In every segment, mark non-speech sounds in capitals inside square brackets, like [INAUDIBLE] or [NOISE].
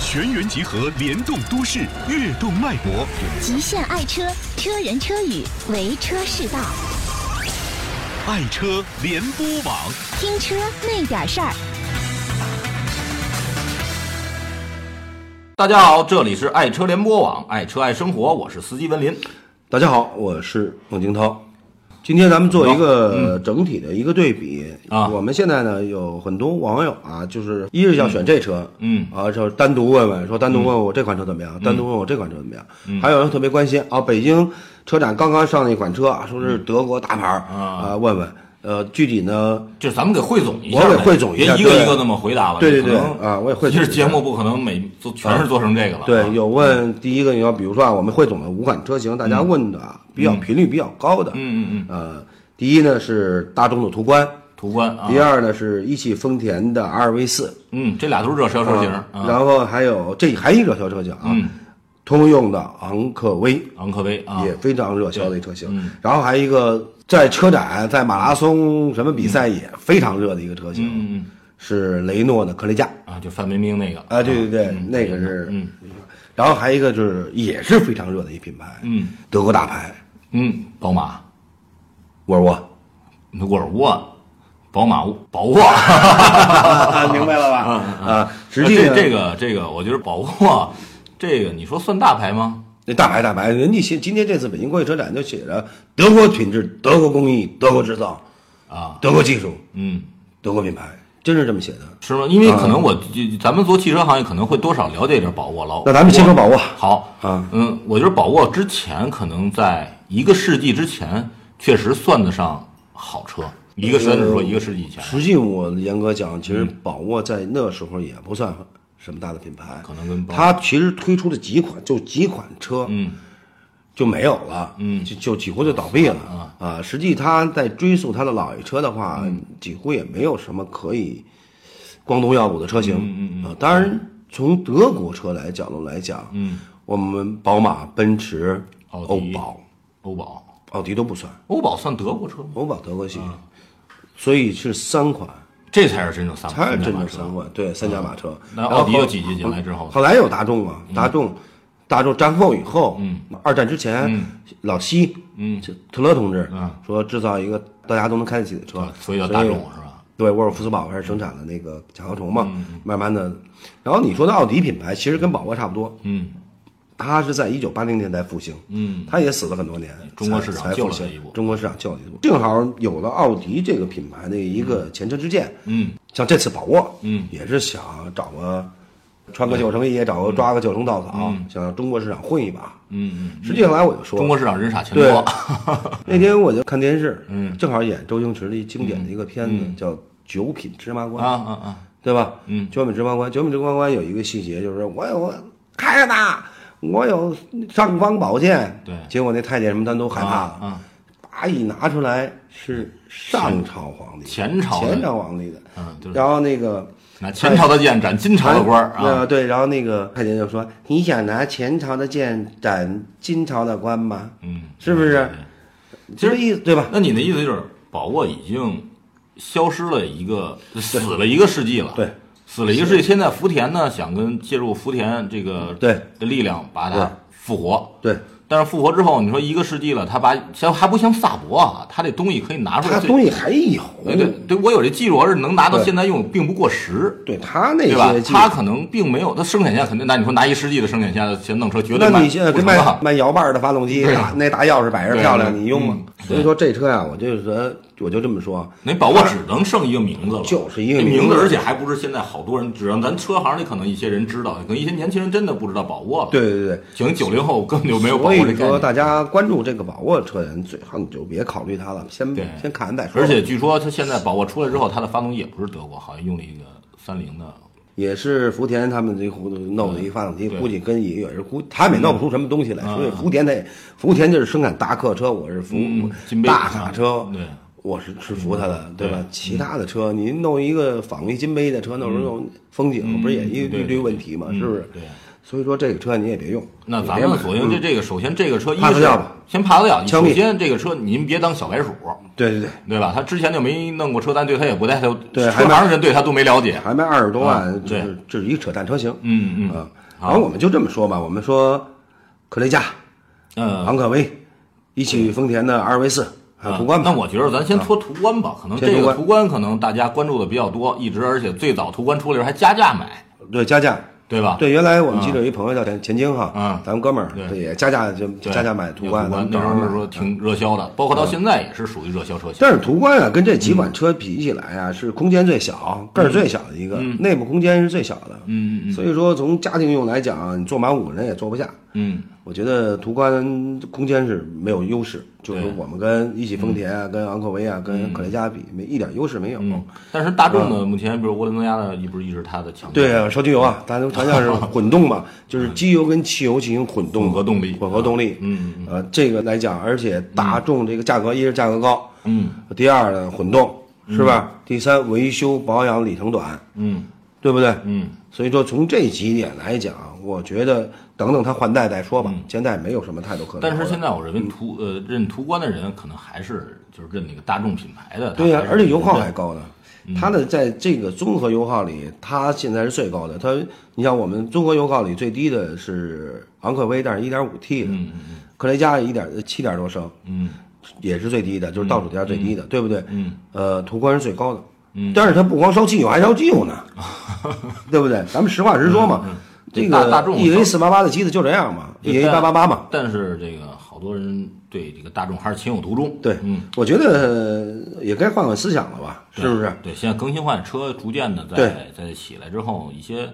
全员集合，联动都市，跃动脉搏。极限爱车，车人车语，为车是道。爱车联播网，听车那点事儿。大家好，这里是爱车联播网，爱车爱生活，我是司机文林。大家好，我是孟京涛。今天咱们做一个整体的一个对比啊我们现在呢有很多网友啊，就是一是要选这车，嗯啊，就单独问问，说单独问我这款车怎么样，单独问我这款车怎么样。嗯还有人特别关心啊，北京车展刚刚上了一款车，啊，说是德国大牌儿啊啊，问问，呃，具体呢，就是咱们给汇总一下呗，我给汇总一下别一个对一个那么回答了。对对对可能啊我也汇总这一下啊节目不可能每做全是做成这个了。对，有问第一个你要，比如说啊，我们汇总的五款车型，大家问的啊比较频率比较高的，嗯嗯嗯嗯，呃，第一呢是大众的途观，途观啊，第二呢是一汽丰田的 RV 四，嗯，这俩都是热销车型啊啊。然后还有这还一热销车型啊，嗯通用的昂科威昂科威啊，也非常热销的一车型，对嗯然后还一个在车展、在马拉松什么比赛也非常热的一个车型，嗯是雷诺的科雷嘉啊，就范冰冰那个啊，对对对，那个是，嗯然后还一个就是也是非常热的一品牌，嗯德国大牌嗯，宝马、沃尔沃，沃尔沃、宝马、宝沃。啊，明白了吧？啊，实际这呢这个这个，我觉得宝沃这个，你说算大牌吗？那大牌大牌，人家今今天这次北京国际车展就写着德国品质、德国工艺、德国制造、啊，德国技术、嗯，德国品牌，真是这么写的。是吗？因为可能嗯我、就咱们做汽车行业可能会多少了解一点宝沃老。那咱们先说宝沃好啊嗯，我觉得宝沃之前可能在一个世纪之前，确实算得上好车。一个甚至说一个世纪以前，实际我严格讲，其嗯实宝沃在那时候也不算什么大的品牌，可能跟宝它其实推出的几款就几款车，嗯，就没有了，嗯，就就几乎就倒闭了啊嗯实际它在追溯它的老爷车的话，几乎也没有什么可以光宗耀祖的车型，嗯嗯啊，当然从德国车来角度来讲，嗯，我们宝马、奔驰、奥欧迪宝、欧宝，奥迪都不算，欧宝算德国车吗？欧宝德国系，所以是三款，这才是真正三它是三驾真马车。正啊嗯三款，对，三驾马车。那然奥迪后又挤进进来之后嗯后来有大众啊，大众，大众战后以后，嗯，二战之前，老希，嗯，特勒同志说制造一个大家都能开得起的车嗯啊，所以叫大众是吧？对，沃尔夫斯堡开始生产了那个甲壳虫嘛，嗯慢慢的，然后你说的奥迪品牌其实跟宝沃差不多，嗯，它是在一九八零年代复兴，嗯，它也死了很多年，中国才市场才救复了它兴一波中国市场救了一波，正好有了奥迪这个品牌的一个前车之鉴，嗯，像这次宝沃，嗯，也是想找个穿个九成衣，找个抓个九成稻草，想中国市场混一把，嗯实际上来我就说，中国市场人傻钱对多。啊 [LAUGHS] 那天我就看电视，嗯，正好演周星驰的一经典的一个片子叫《九品芝麻官》嗯啊，啊啊！对吧？嗯九品芝麻官，九品芝麻官有一个细节，就是我有开着它，我有尚方宝剑。对结果那太监什么他都害怕啊了，啊！叭一拿出来是上朝皇帝，前朝的前朝皇帝的，嗯就是然后那个拿前朝的剑斩金朝的官儿哎呃啊！对，然后那个太监就说：“你想拿前朝的剑斩金朝的官吗？嗯，是不是？其实意思对吧？那你的意思就是，宝沃已经消失了一个，死了一个世纪了。对，死了一个世纪。现在福田呢，想跟借助福田这个对的力量把对它复活。对，但是复活之后，你说一个世纪了，他把像还不像萨博啊，他这东西可以拿出来。他东西还有，对对对，我有这技术，而是能拿到对现在用，并不过时。对他那对吧些？技术他可能并没有，他生产线肯定，那你说拿一世纪的生产线去弄车，绝对那卖你现在不跟成卖啊卖摇把儿的发动机，对打那大钥匙摆着漂亮，你用吗嗯？所以说这车啊呀，我就是说，我就这么说，那宝沃只能剩一个名字了，就是一个这名字名字，而且还不是现在好多人知道，咱车行里可能一些人知道，可能一些年轻人真的不知道宝沃了。对，对对。可能九零后根本就没有宝所沃这以概说，念。大家关注这个宝沃车人，最好你就别考虑它了，先对先看完再说吧。而且据说它现在宝沃出来之后，它的发动机也不是德国，好像用了一个三菱啊的，也是福田他们这胡弄的一发动机，嗯对嗯估计跟也也是估，他们也弄不出什么东西来。所以福田它也，福田就是生产大客车，我是福嗯金杯大卡车嗯对，嗯我是是服它的，对吧？其他的车，你弄一个仿一金杯的车，弄弄风景，不是也一嗯对堆对堆问题吗？是不是？嗯对。所以说这个车你也别用。那你咱别们买索性就这个，首先这个车一 pass 是嗯掉吧先 pass 掉。枪首毙先这个车您别当小白鼠，对对对，对吧？他之前就没弄过车单，对他也不太他对还车行人对他都没了解。还卖二十多啊万，就对是这是一扯淡车型。嗯嗯啊，好然后我们就这么说吧，我们说科雷嘉、嗯，昂科威、一汽丰田的 RV 四、啊途观吧。啊那我觉得咱先说途观吧，可能先这途个观途观可能大家关注的比较多，一直而且最早途观出来的时候还加价买，对加价，对吧？对，原来我们记得有一朋友叫钱钱晶哈，嗯咱们哥们儿，啊对对也加价就对，加价买途观，途观咱们那正时好候买嗯是说挺热销的，包括到现在也是属于热销车型。但是途观啊，跟这几嗯款车比起来啊，是空间最小、个儿最小的一个，内部空间是最小的。嗯嗯嗯所以说，从家庭用来讲，你坐满五个人也坐不下。嗯，我觉得途观空间是没有优势，就是对我们跟一汽丰田啊、跟昂科威啊、跟可雷嘉比，没一点优势没有。嗯，但是大众呢，目前比如涡轮增压的，不是一直它的强项对啊，烧机油嗯啊，大家都 [LAUGHS] 强调是混动嘛，就是机油跟汽油进行混动，混合动力混合动力。嗯呃，这个来讲，而且大众这个价格，一是价格高，嗯，第二呢，混动是吧？第三，维修保养里程短，嗯对不对？嗯，所以说从这几点来讲，我觉得等等它换代再说吧，现在没有什么太多可能。嗯但是现在我嗯认为途呃认途观的人，可能还是就是认那个大众品牌的。对呀、他是嗯而且油耗还高呢。它的在这个综合油耗里，它现在是最高的。它，你像我们综合油耗里最低的是昂科威，但是一点五 T 的，科雷嘉一点七点多升，嗯，也是最低的，就是倒数第二最低的，对不对？嗯，呃，途观是最高的，嗯，但是它不光烧汽油，还烧机油呢， [LAUGHS] 对不对？咱们实话实说嘛，这嗯大个大众 EA 四八八的机子就这样嘛对啊，EA 八八八嘛，但是这个好多人对这个大众还是情有独钟。对，嗯，我觉得呃也该换换思想了吧，是不是？对，现在更新换车逐渐的在在起来之后，一些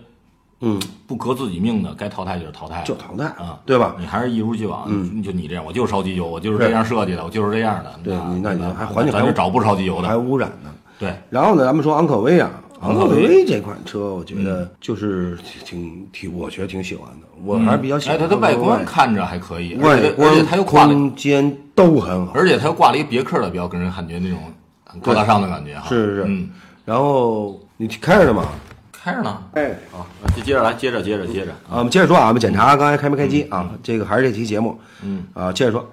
嗯，不革自己命的，该淘汰就是淘汰了，就淘汰啊，对吧？你还是一如既往，嗯，就你这样，我就是烧机油，我就是这样设计的，我就是这样的。对你那那你还环境咱还是找不烧机油还的，污染呢。对，然后呢，咱们说昂科威啊，昂昂科科威嗯威这款车，我觉得就是挺挺，我觉得挺喜欢的，我还是比较喜哎，它欢昂的科威。外观看嗯着还可以，而且它外而且观它又挂了，空间都很好，而且它又挂了一别克的标，给人感觉那种很高大上的感觉哈。是是是。嗯，然后你开着呢嘛？开着呢，哎，啊，接接着来，接着接着接着，啊，我们接着说啊，我们检查刚才开没开机啊？这个还是这期节目，嗯，啊，接着说。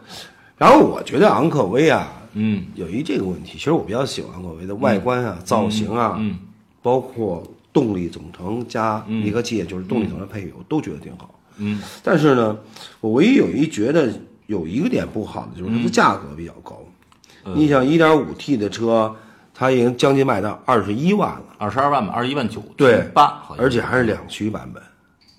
然后我觉得昂科威啊，嗯有一这个问题，其实我比较喜欢昂科威的外观啊、造型啊，嗯，包括动力总成加离合器，也就是动力总成配比，我都觉得挺好。嗯，但是呢，我唯一有一觉得有一个点不好的嗯就是它的价格比较高。你想，一点五 T 的车，它已经将近卖到二十一万了，二十二万吧，二十一万九对，八，好像而且还是两驱版本。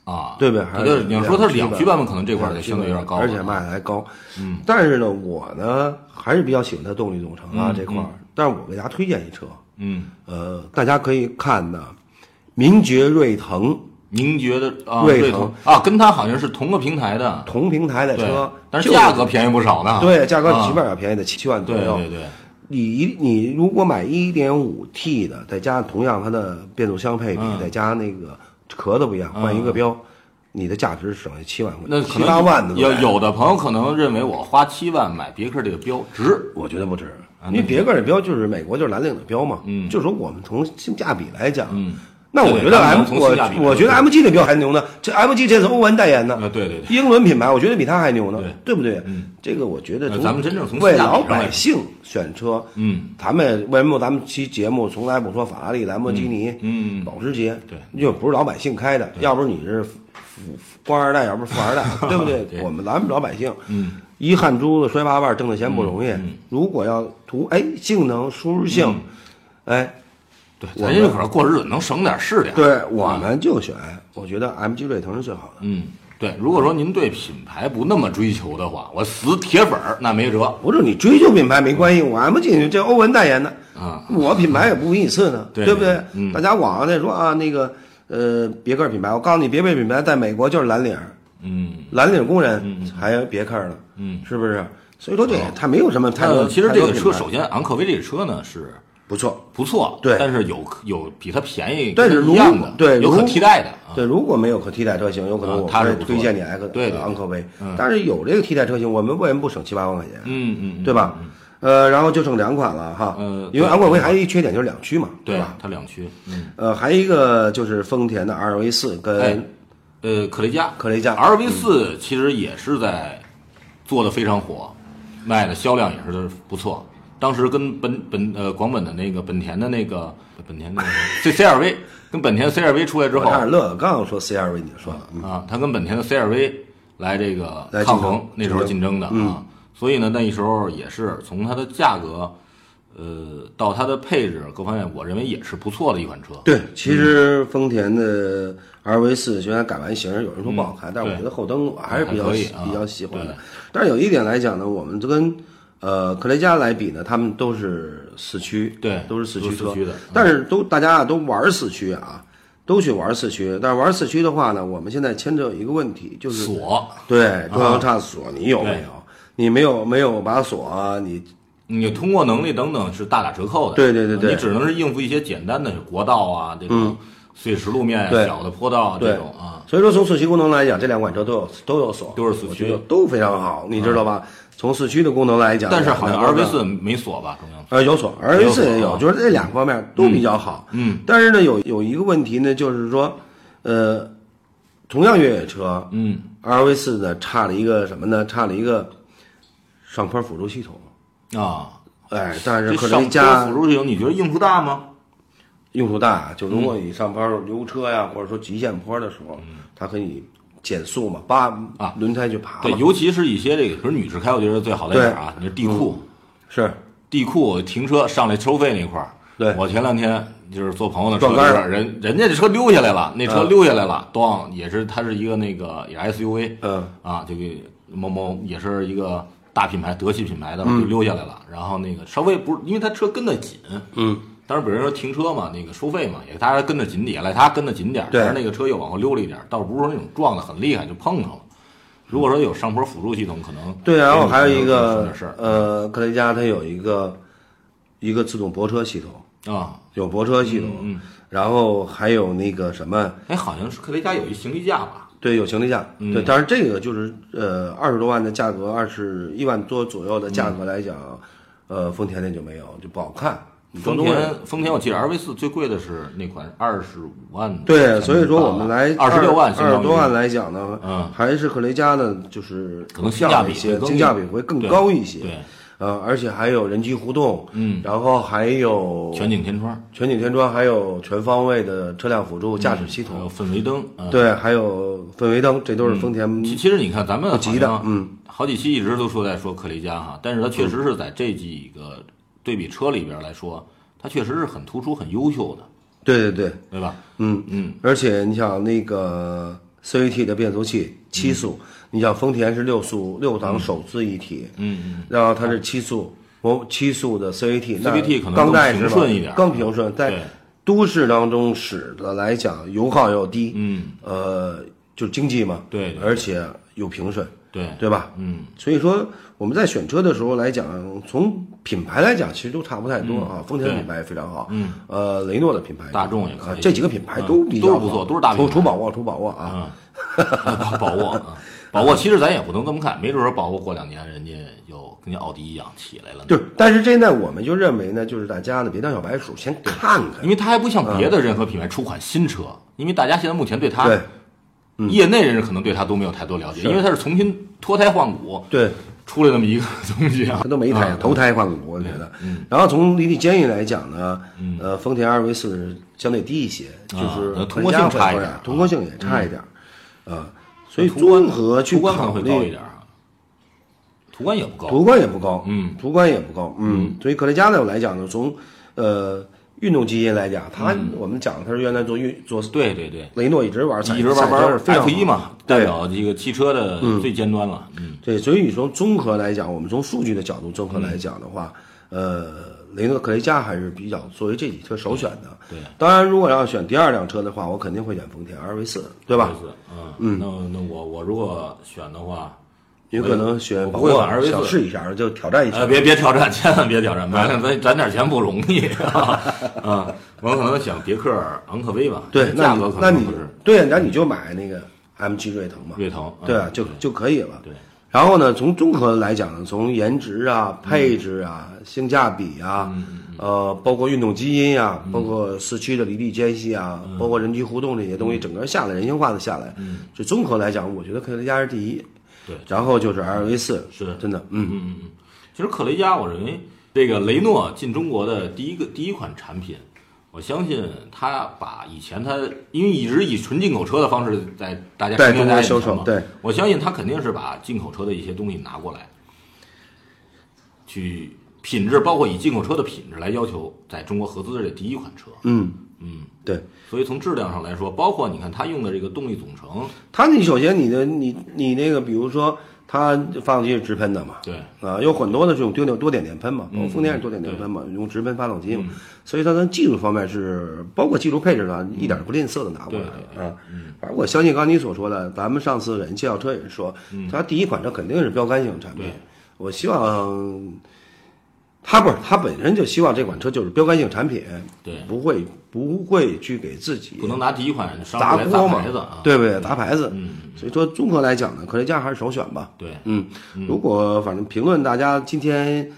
啊，对不对？还对，是你要说它是两驱版本，可能这块儿两就驱相对有点高了，啊而且卖的还高。嗯，但是呢，我呢还是比较喜欢它动力总成啊这块儿。但是我给大家推荐一车，嗯，呃，大家可以看的名爵瑞腾您觉得啊，瑞瑞腾啊，跟它好像是同个平台的同平台的对车，但是就价格便宜不少呢。对价格起啊码要便宜的七万左对右。对对，你一你如果买一点五 T 的，再加上同样它的变速箱配比嗯，再加那个壳子不一样，换一个标，你的价值省下七万块，那可七能八万的都有来有的朋友可能认为我花七万买别克这个标值，我觉得不值，啊因为别克的标就是美国就是蓝领的标嘛，嗯，就说我们从性价比来讲，嗯，那我觉对得咱 M 们从性价比来我我觉得说 MG 的标还牛呢，这 MG 这是欧文代言的，啊对对对英伦品牌我觉得比它还牛呢对，对不对？这个我觉得呃从咱们真正从性价为比上老来百说姓选车，嗯，咱们为什么咱们期节目从来不说法拉利、兰博基尼、嗯嗯保时捷，对又不是老百姓开的，要不是你是富富官二代，要不是 [LAUGHS] 富二代，对不对？对我们咱们老百姓，嗯，一汗珠子摔八瓣，挣的钱不容易。如果要图哎性能、舒适性，嗯哎，对，我咱这可是过日子，能省点是点。，对我们就选，我觉得 MG 瑞腾是最好的。啊嗯，对。如果说您对品牌不那么追求的话，我死铁粉儿那没辙。不是你追究品牌没关系，我 MG 这欧文代言的啊，我品牌也不比你次呢，对嗯不对？大家网上在说啊，那个呃别克品牌，我告诉你，别克品牌在美国就是蓝领，嗯，蓝领工人还有别克呢，嗯，是不是？所以说这也它没有什么太多。那呃其实这个太车，多品牌首先昂科威这个车呢是不错，不错，对但是有有比它便宜，但是跟它如一样的，对有可如替代的啊。对，如果没有可替代车型，有可能啊我它是会不错的推荐你 X 对对对嗯昂科威。但是有这个替代车型，我们为什么不省七八万块钱？啊嗯嗯嗯，对吧？呃，然后就剩两款了哈，呃因为昂科威还有一缺点就是两驱嘛，对吧？它两驱，嗯，呃，还有一个就是丰田的 RV 四哎跟，呃，可雷嘉，科雷嘉嗯 RV 四其实也是在做的非常火，卖的销量也是不错。当时跟本本呃广本的那个本田的那个本田的 C C R V 跟本田 C R V 出来之我后差点哦乐了，刚想说 CRV，你说了，嗯啊，它跟本田的 C R V 来这个来竞抗争嗯衡，那时候竞争的啊。所以呢，那时候也是从它的价格，呃，到它的配置各方面，我认为也是不错的一款车。对，其实嗯丰田的 RV 四虽然改完型儿，有人说不好看，但是我嗯对觉得后灯我还是比较还可以喜啊比较喜欢的对。但是有一点来讲呢，我们就跟呃克雷嘉来比呢，他们都是四驱，对都是四都驱车是四驱的嗯但是都大家啊都玩四驱啊，都去玩四驱。但是玩四驱的话呢，我们现在牵扯有一个问题，就是锁，啊对中央差锁你有没对有？你没有没有把锁啊，你你通过能力等等是大打折扣的。啊对对对对嗯你只能是应付一些简单的国道啊，这种碎石路面、对小的坡道啊对这种啊。所以说，从四驱功能来讲，这两款车都有都有锁，都是四驱我觉得都非常好，你知道吧？从四驱的功能来讲，但是好像两个 RV 四没锁吧，中央呃有锁，RV 四有锁也有啊，就是这两方面都比较好。嗯，但是呢，有有一个问题呢，就是说，呃，同样越野车，嗯，RV 四呢差了一个什么呢？差了一个上坡辅助系统。啊。哎，但是这可上能坡加辅助系统，你觉得用处大吗？用处大，就如嗯果你上坡溜车呀，或者说极限坡的时候，它可以减速嘛，扒啊轮胎去爬嘛。对，尤其是一些这个，比如女士开，我觉得最好的一点啊，你是地库，是地库停车上来收费那块儿。对我前两天就是坐朋友的车撞杆儿就是人人家这车溜下来了，那车嗯溜下来了，咣、也是它是一个那个也是 SUV，嗯啊，这个某某也是一个大品牌德系品牌的，就溜下来了，然后那个稍微不是因为它车跟得紧，嗯，当时比如说停车嘛，那个收费嘛，也大家跟得紧点，赖他跟得紧点儿，对但是那个车又往后溜了一点儿，倒不是说那种撞的很厉害就碰上了。如果说有上坡辅助系统，可能对，啊然后还有一出个点事儿呃，克雷嘉它有一个一个自动泊车系统，啊。有泊车系统，嗯然后还有那个什么，哎，好像是克雷嘉有一行李架吧？对，有行李架，嗯对，但是这个就是呃二十多万的价格，二十一万多左右的价格来讲，呃，丰田那就没有，就不好看。你说丰东西田，丰田，我记得 RV 四最贵的是那款二十五万。对，所以说我们来啊二十六万，二十多万来，来讲呢，嗯还是克雷嘉呢，就是可能性性价价比一些，会更性价比会更高一些。对对呃，而且还有人机互动，嗯，然后还有全景天窗，全景天窗，还有全方位的车辆辅助驾驶系还有嗯统，氛围灯，嗯。对，还有氛围灯，这都是丰田。其其实你看，咱们好急的像嗯，好几期一直都说在说克雷嘉哈，但是它确实是在这几个对比车里边来说，它确实是很突出、很优秀的，对对对，对吧？嗯嗯，而且你想那个 CVT 的变速器嗯七速，你想丰田是六速六档手自一体，嗯嗯，然后它是七速，我七速的 CVT，那 CVT 可能钢带更是平吧顺一点更平顺，在对都市当中使得来讲油耗又低，嗯，呃，就经济嘛，对对对而且又平顺，对对吧？嗯，所以说我们在选车的时候来讲，从品牌来讲，其实都差不太多啊。丰田嗯的对品牌也非常好，嗯，呃，雷诺的品牌也大众也可啊以，这几个品牌都比较嗯都是不错都是大品牌除除宝沃，除宝沃啊，嗯，宝沃啊，宝沃，其实咱也不能这么看，没准儿宝沃过两年人家又跟人家奥迪一样起来了呢，就是，但是现在我们就认为呢，就是大家呢别当小白鼠，先看看因。为它还不像别的任何品牌出款新车，因为大家现在目前对它嗯对，业内人士可能对它都没有太多了解，嗯是因为它是重新脱胎换骨对，出来那么一个 [LAUGHS] 东西啊它，都没胎，啊投胎换骨，我觉得。嗯然后从离地监狱来讲呢，呃，丰田 RV 四相对低一些，就啊是通过性玩家会差一玩点嗯通过性也差一点，啊，所以途观综合去途观可考能会虑高一点啊，途观也不高，途观也不高，嗯，途观也不高，嗯，所以克雷嘉呢来讲呢，从呃运动基因来讲，它我们讲它是原来做运做嗯对对对，雷诺一直玩赛一直玩赛车是玩非常 F 好一嘛，代表这个汽车的最尖端了，嗯，对，所以你从综合来讲，我们从数据的角度综合来讲的话，呃，雷诺克雷嘉还是比较作为这几车首选的。对对当然如果要选第二辆车的话，我肯定会选丰田 RV 四，对吧？就是嗯，那那我我如果选的话，有可能选我宝不会沃选 RV4 想试一下，就挑战一下。呃，别别挑战， [LAUGHS] 千万别挑战，买点咱攒点钱不容易啊，啊我可能选别克昂科威吧，对，那价你格可那能你不是对，那你就买那个 MG 锐腾嘛，锐腾，嗯对啊，就就可以了。对，然后呢，从综合来讲呢，从颜值啊、嗯配置啊、性价比啊，呃，包括运动基因啊，嗯包括四驱的离地间隙啊，包括人机互动这些东嗯西，整个下来人性化的下来，就综合来讲，我觉得科雷嘉是第一。对然后就是 LV 四，是真的，嗯，其实克雷嘉，我认为这个雷诺进中国的第一个第一款产品，我相信他把以前他因为一直以纯进口车的方式在大家身在边中国大家销售也知道嘛对，我相信他肯定是把进口车的一些东西拿过来，去品质，包括以进口车的品质来要求在中国合资的这第一款车，嗯嗯，对。所以从质量上来说，包括你看他用的这个动力总成，它你首先你的你你那个，比如说它发动机是直喷的嘛，对啊，有很多的这种多点多点电喷嘛，包嗯括丰田也是多点电喷嘛，用直喷发动机嘛，所以它在技术方面是包括技术配置呢，一点儿不吝啬的拿过来对嗯啊。而我相信刚才你所说的，咱们上次人介绍车也是说，它第一款车肯定是标杆性产品嗯对，我希望。它不是，它本身就希望这款车就是标杆性产品，对不会不会去给自己不能拿第一款上砸来砸锅嘛牌子啊，，嗯对不对？砸牌子，所以说综合来讲呢，科雷嘉还是首选吧。对嗯，如果反正评论大家今天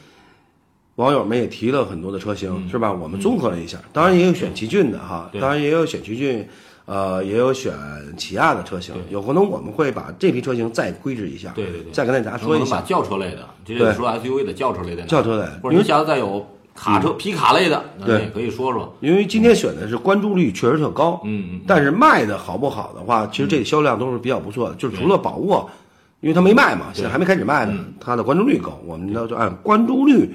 网友们也提了很多的车型，是吧？我们综合了一下，当然也有选奇骏的嗯哈，对当然也有选奇骏，呃，也有选起亚的车型，有可能我们会把这批车型再规制一下，对对对再跟大家说能一不能下把轿车类的，这对就说 SUV 的轿车类的，轿车类，或者因您为下次再有卡车、皮卡类的，那对您也可以说说。因为今天选的是关注率确实特高，嗯嗯，但是卖的好不好的话，其实这销量都是比较不错的，就是除了宝沃，因为它没卖嘛，现在还没开始卖呢，嗯它的关注率高，我们呢就按关注率，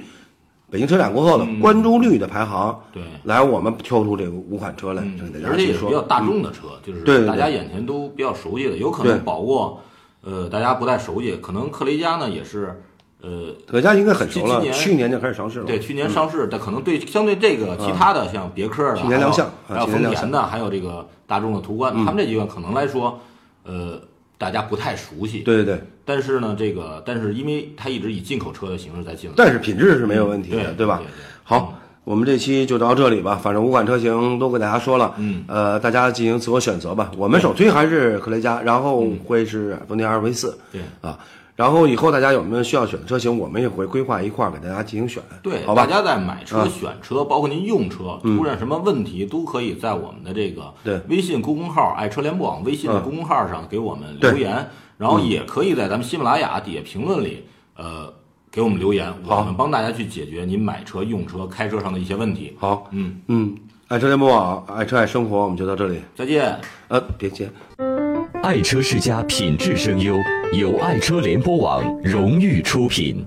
北京车展过后嗯的关注率的排行，对嗯来我们挑出这五款车来，跟大家而且去也是比较说，嗯大众的车，就是对对对大家眼前都比较熟悉的，有可对能宝沃，呃，大家不太熟悉，可能克雷嘉呢也是，呃，德家应该很熟今了，年去年就开始上市了，对，去年上市，但可能对相对这个其他的像别克的，嗯去年亮相嗯还有还有啊去年丰亮田的，还有这个大众的途观，他们这几款可能来说，呃，大家不太熟悉。，对对对，但是呢，这个但是因为它一直以进口车的形式在进来，但是品质是没有问题的，对吧对对？好，我们这期就到这里吧，反正五款车型都给大家说了，嗯，呃，大家进行自我选择吧。我们首推还是克雷嘉，嗯然后会是丰田 RV 四，对啊，然后以后大家有没有需要选的车型，我们也会规划一块儿给大家进行选，对，好大吧？嗯家在买车、选车，包括您用车，出现什么问题，都可以在我们的这个对嗯微信公众号“爱车联播网”微信的公众号上给我们留言，然后也可以在咱们喜马拉雅底下评论里，呃，给我们留言，我好们帮大家去解决您买车、用车、开车上的一些问题。好，嗯，嗯，爱车联播网，爱车爱生活，我们就到这里，再见。呃，别接。爱车世家品质声优，由爱车联播网荣誉出品。